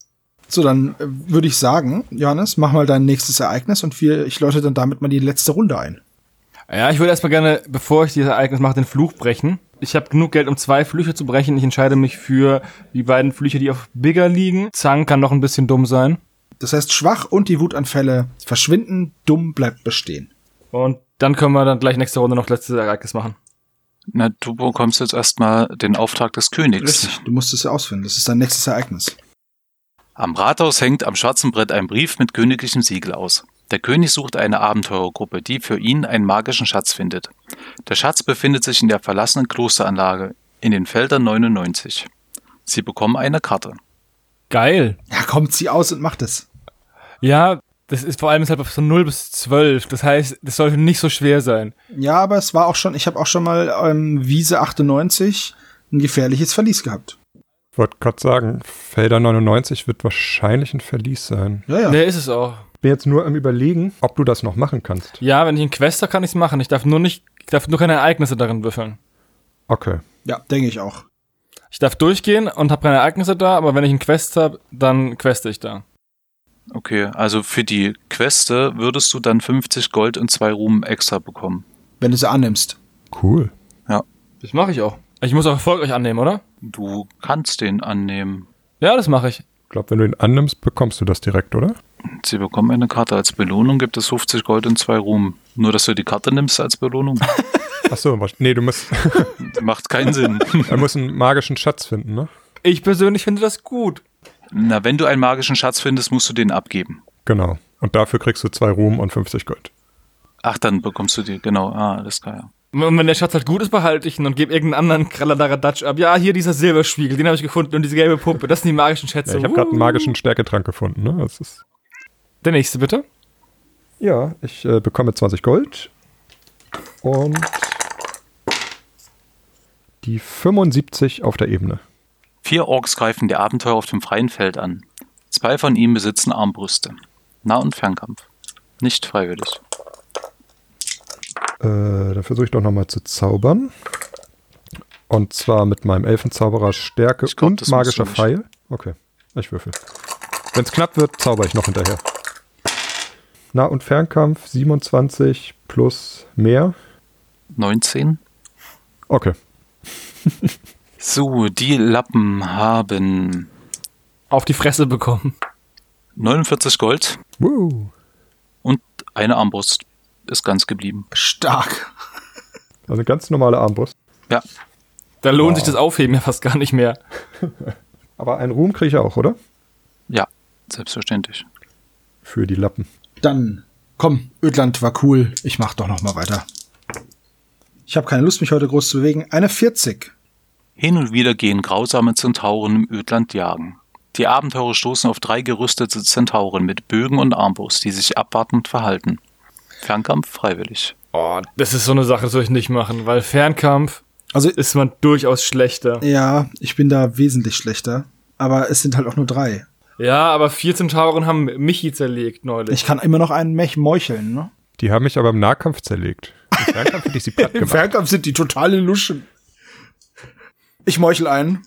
S1: So, dann äh, würde ich sagen, Johannes, mach mal dein nächstes Ereignis und wir, ich läute dann damit mal die letzte Runde ein.
S3: Ja, ich würde erstmal gerne, bevor ich dieses Ereignis mache, den Fluch brechen. Ich habe genug Geld, um zwei Flüche zu brechen. Ich entscheide mich für die beiden Flüche, die auf Bigger liegen. Zang kann noch ein bisschen dumm sein.
S1: Das heißt, schwach und die Wutanfälle verschwinden, dumm bleibt bestehen.
S3: Und dann können wir dann gleich nächste Runde noch letztes Ereignis machen.
S4: Na, du bekommst jetzt erstmal den Auftrag des Königs.
S1: Du musst es ja ausfinden. Das ist dein nächstes Ereignis.
S4: Am Rathaus hängt am schwarzen Brett ein Brief mit königlichem Siegel aus. Der König sucht eine Abenteurergruppe, die für ihn einen magischen Schatz findet. Der Schatz befindet sich in der verlassenen Klosteranlage in den Feldern 99. Sie bekommen eine Karte.
S3: Geil.
S1: Ja, kommt sie aus und macht es.
S3: Ja, das ist vor allem deshalb von 0 bis 12. Das heißt, das sollte nicht so schwer sein.
S1: Ja, aber es war auch schon, ich habe auch schon mal ähm, Wiese 98 ein gefährliches Verlies gehabt.
S2: Wollte gerade sagen, Felder 99 wird wahrscheinlich ein Verlies sein.
S1: Ja, ja.
S3: Der ist es auch.
S2: Bin jetzt nur am überlegen, ob du das noch machen kannst.
S3: Ja, wenn ich einen Quest habe, kann ich's machen. Ich darf nur nicht, ich darf nur keine Ereignisse darin würfeln.
S2: Okay.
S1: Ja, denke ich auch.
S3: Ich darf durchgehen und habe keine Ereignisse da, aber wenn ich einen Quest habe, dann queste ich da.
S4: Okay, also für die Queste würdest du dann 50 Gold und zwei Ruhm extra bekommen.
S1: Wenn du sie annimmst.
S2: Cool.
S3: Das mache ich auch. Ich muss auch erfolgreich annehmen, oder?
S4: Du kannst den annehmen.
S3: Ja, das mache ich.
S2: Ich glaube, wenn du ihn annimmst, bekommst du das direkt, oder?
S4: Sie bekommen eine Karte als Belohnung, gibt es 50 Gold und zwei Ruhm. Nur, dass du die Karte nimmst als Belohnung,
S2: Achso, nee, du musst,
S4: macht keinen Sinn.
S2: er muss einen magischen Schatz finden, ne?
S3: Ich persönlich finde das gut.
S4: Na, wenn du einen magischen Schatz findest, musst du den abgeben.
S2: Genau. Und dafür kriegst du zwei Ruhm und 50 Gold.
S4: Ach, dann bekommst du die, genau, ah, alles klar, ja.
S3: Und wenn der Schatz halt gut ist, behalte ich ihn und gebe irgendeinen anderen Kralladaradatsch ab. Ja, hier dieser Silberspiegel, den habe ich gefunden und diese gelbe Puppe, das sind die magischen Schätze. Uh.
S2: Ja, ich habe gerade einen magischen Stärketrank gefunden. Ne? Das ist
S3: der nächste bitte.
S2: ja, ich äh, bekomme 20 Gold. Und die 75 auf der Ebene.
S4: Vier Orks greifen die Abenteurer auf dem freien Feld an. Zwei von ihnen besitzen Armbrüste. Nah- und Fernkampf. Nicht freiwillig.
S2: Äh, dann versuche ich doch nochmal zu zaubern. Und zwar mit meinem Elfenzauberer Stärke
S4: Ich glaub,
S2: und
S4: das musst
S2: magischer
S4: du nicht.
S2: Pfeil. Okay, ich würfel. Wenn es knapp wird, zauber ich noch hinterher. Nah- und Fernkampf 27 plus mehr.
S4: 19.
S2: Okay.
S4: So, die Lappen haben
S3: Auf die Fresse bekommen.
S4: 49 Gold
S2: Woo.
S4: und eine Armbrust ist ganz geblieben.
S1: Stark.
S2: Also eine ganz normale Armbrust.
S4: Ja,
S3: Da lohnt sich das Aufheben ja fast gar nicht mehr.
S2: Aber einen Ruhm kriege ich auch, oder?
S4: ja, selbstverständlich.
S2: Für die Lappen.
S1: Dann, komm, Ödland war cool. Ich mach doch noch mal weiter. Ich habe keine Lust, mich heute groß zu bewegen. Eine 40.
S4: Hin und wieder gehen grausame Zentauren im Ödland jagen. Die Abenteurer stoßen auf drei gerüstete Zentauren mit Bögen und Armbrust, die sich abwartend verhalten. Fernkampf freiwillig.
S3: Oh, das ist so eine Sache, das würde ich nicht machen, weil Fernkampf
S1: Also,
S3: ist man durchaus schlechter.
S1: ja, ich bin da wesentlich schlechter. Aber es sind halt auch nur drei.
S3: Ja, aber 14 Tauren haben Michi zerlegt neulich.
S1: Ich kann immer noch einen Mech meucheln, ne?
S2: Die haben mich aber im Nahkampf zerlegt. Im Fernkampf hätte ich sie platt gemacht.
S1: Fernkampf sind die totale Luschen. Ich meuchel einen.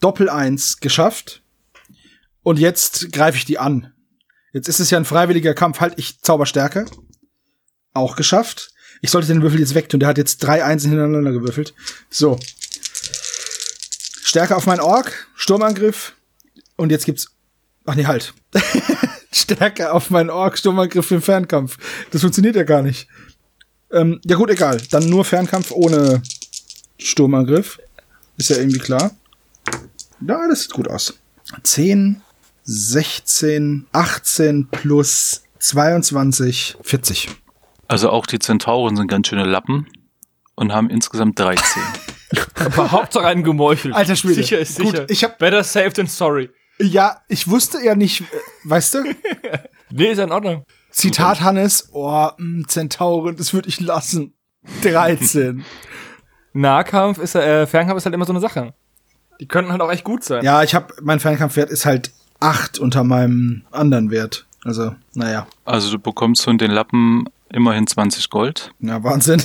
S1: Doppel eins geschafft. Und jetzt greife ich die an. Jetzt ist es ja ein freiwilliger Kampf. Halt, ich Zauberstärke. Auch geschafft. Ich sollte den Würfel jetzt wegtun. Der hat jetzt drei Einsen hintereinander gewürfelt. So. Stärke auf meinen Ork. Sturmangriff. Und jetzt gibt's. Ach nee, halt. Stärke auf meinen Ork-Sturmangriff im Fernkampf. Das funktioniert ja gar nicht. Ähm, ja gut, egal. Dann nur Fernkampf ohne Sturmangriff. Ist ja irgendwie klar. Ja, das sieht gut aus. 10, 16, 18 plus 22, 40.
S4: Also auch die Zentauren sind ganz schöne Lappen und haben insgesamt 13.
S3: Aber Hauptsache einen gemeuchelt.
S1: Alter Schwede.
S3: Sicher ist
S1: Gut,
S3: sicher.
S1: ich hab-
S3: Better safe than sorry.
S1: Ja, ich wusste ja nicht, äh, weißt du?
S3: Nee, ist ja in Ordnung.
S1: Zitat Hannes, oh, mh, Zentauren, das würde ich lassen. 13.
S3: Nahkampf ist äh, Fernkampf ist halt immer so eine Sache. Die könnten halt auch echt gut sein.
S1: ja, ich habe mein Fernkampfwert ist halt 8 unter meinem anderen Wert. Also, naja,
S4: Also du bekommst von den Lappen immerhin 20 Gold
S1: na Wahnsinn.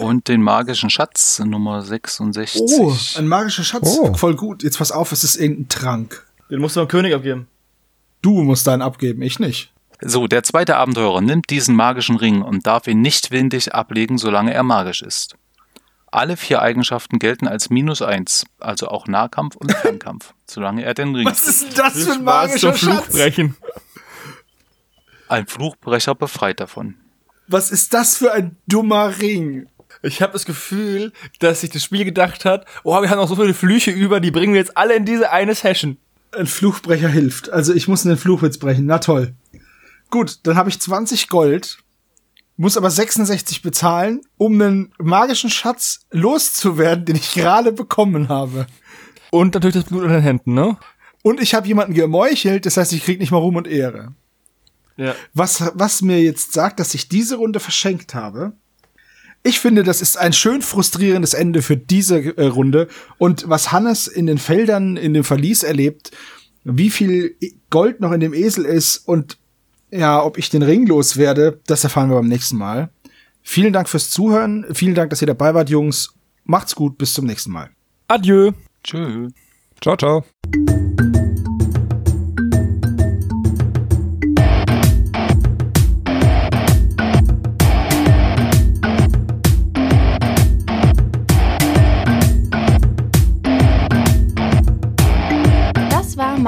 S4: und den magischen Schatz Nummer 66.
S1: Oh, ein magischer Schatz.
S2: Oh.
S1: Voll gut. Jetzt pass auf, es ist irgendein Trank.
S3: Den musst du am König abgeben.
S1: Du musst deinen abgeben, ich nicht.
S4: So, der zweite Abenteurer nimmt diesen magischen Ring und darf ihn nicht willentlich ablegen, solange er magisch ist. Alle vier Eigenschaften gelten als minus eins, also auch Nahkampf und Fernkampf, solange er den Ring
S1: Was ist denn das für ein magischer Schatz?
S3: Fluchbrechen.
S4: Ein Fluchbrecher befreit davon.
S1: Was ist das für ein dummer Ring?
S3: Ich habe das Gefühl, dass sich das Spiel gedacht hat, oh, wir haben noch so viele Flüche über, die bringen wir jetzt alle in diese eine Session.
S1: Ein Fluchbrecher hilft. Also ich muss einen Fluch jetzt brechen. Na toll. Gut, dann habe ich 20 Gold, muss aber 66 bezahlen, um einen magischen Schatz loszuwerden, den ich gerade bekommen habe.
S3: Und natürlich das Blut an den Händen, ne?
S1: Und ich habe jemanden gemeuchelt, das heißt, ich krieg nicht mal Ruhm und Ehre.
S3: Ja.
S1: was, was mir jetzt sagt, dass ich diese Runde verschenkt habe. Ich finde, das ist ein schön frustrierendes Ende für diese äh, Runde. Und was Hannes in den Feldern, in dem Verlies erlebt, wie viel Gold noch in dem Esel ist und ja, ob ich den Ring loswerde, das erfahren wir beim nächsten Mal. Vielen Dank fürs Zuhören. Vielen Dank, dass ihr dabei wart, Jungs. Macht's gut. Bis zum nächsten Mal.
S3: Adieu.
S4: Tschö.
S2: Ciao, ciao.
S5: Das war